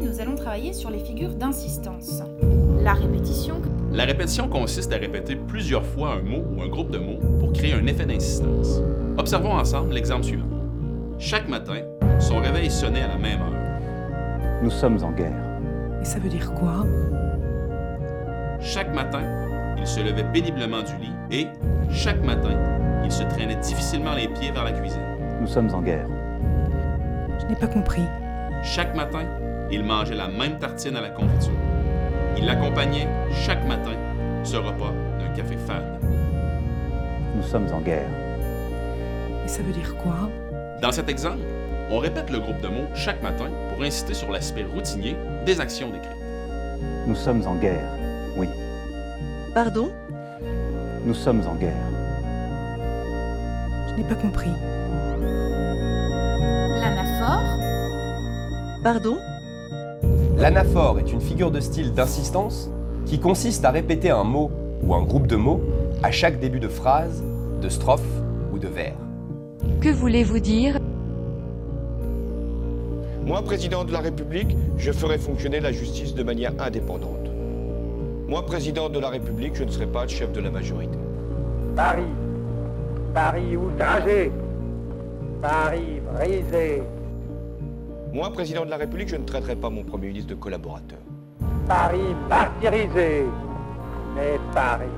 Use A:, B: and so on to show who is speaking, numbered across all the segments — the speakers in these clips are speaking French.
A: nous allons travailler sur les figures d'insistance. La répétition.
B: La répétition consiste à répéter plusieurs fois un mot ou un groupe de mots pour créer un effet d'insistance. Observons ensemble l'exemple suivant. Chaque matin, son réveil sonnait à la même heure.
C: Nous sommes en guerre.
D: Et ça veut dire quoi
B: Chaque matin, il se levait péniblement du lit et, chaque matin, il se traînait difficilement les pieds vers la cuisine.
C: Nous sommes en guerre.
D: Je n'ai pas compris.
B: Chaque matin, il mangeait la même tartine à la confiture. Il accompagnait, chaque matin, ce repas d'un café fade.
C: Nous sommes en guerre.
D: Et ça veut dire quoi
B: Dans cet exemple, on répète le groupe de mots chaque matin pour insister sur l'aspect routinier des actions décrites.
C: Nous sommes en guerre. Oui,
E: Pardon
C: nous sommes en guerre.
D: Je n'ai pas compris.
A: L'anaphore.
E: Pardon
F: L'anaphore est une figure de style d'insistance qui consiste à répéter un mot ou un groupe de mots à chaque début de phrase, de strophe ou de vers.
G: Que voulez-vous dire
H: Moi, président de la République, je ferai fonctionner la justice de manière indépendante. Moi, président de la République, je ne serai pas le chef de la majorité.
I: Paris, Paris outragé, Paris brisé,
H: Moi, président de la République, je ne traiterai pas mon Premier ministre de collaborateur.
I: Paris martyrisé, mais Paris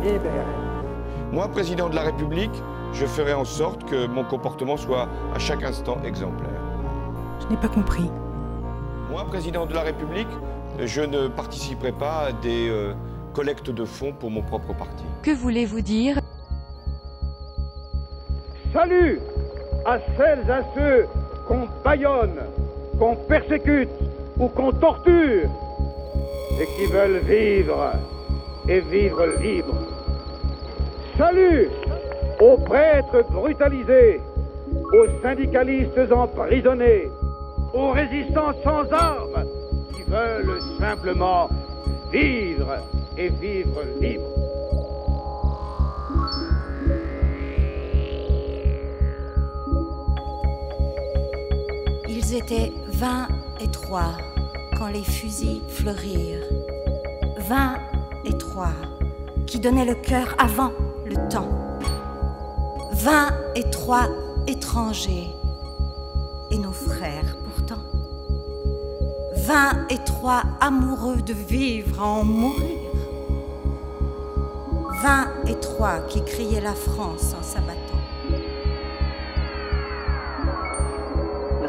I: libéré.
H: Moi, président de la République, je ferai en sorte que mon comportement soit à chaque instant exemplaire.
D: Je n'ai pas compris.
H: Moi, président de la République, je ne participerai pas à des euh, collectes de fonds pour mon propre parti.
G: Que voulez-vous dire
I: Salut à celles à ceux qu'on bâillonne, qu'on persécute ou qu'on torture et qui veulent vivre et vivre libre. Salut aux prêtres brutalisés, aux syndicalistes emprisonnés, aux résistants sans armes qui veulent simplement vivre et vivre libre.
J: Ils étaient vingt et trois quand les fusils fleurirent. Vingt et trois qui donnaient le cœur avant le temps. Vingt et trois étrangers et nos frères pourtant. Vingt et trois amoureux de vivre à en mourir. Vingt et trois qui criaient la France en s'abattant.
K: Nous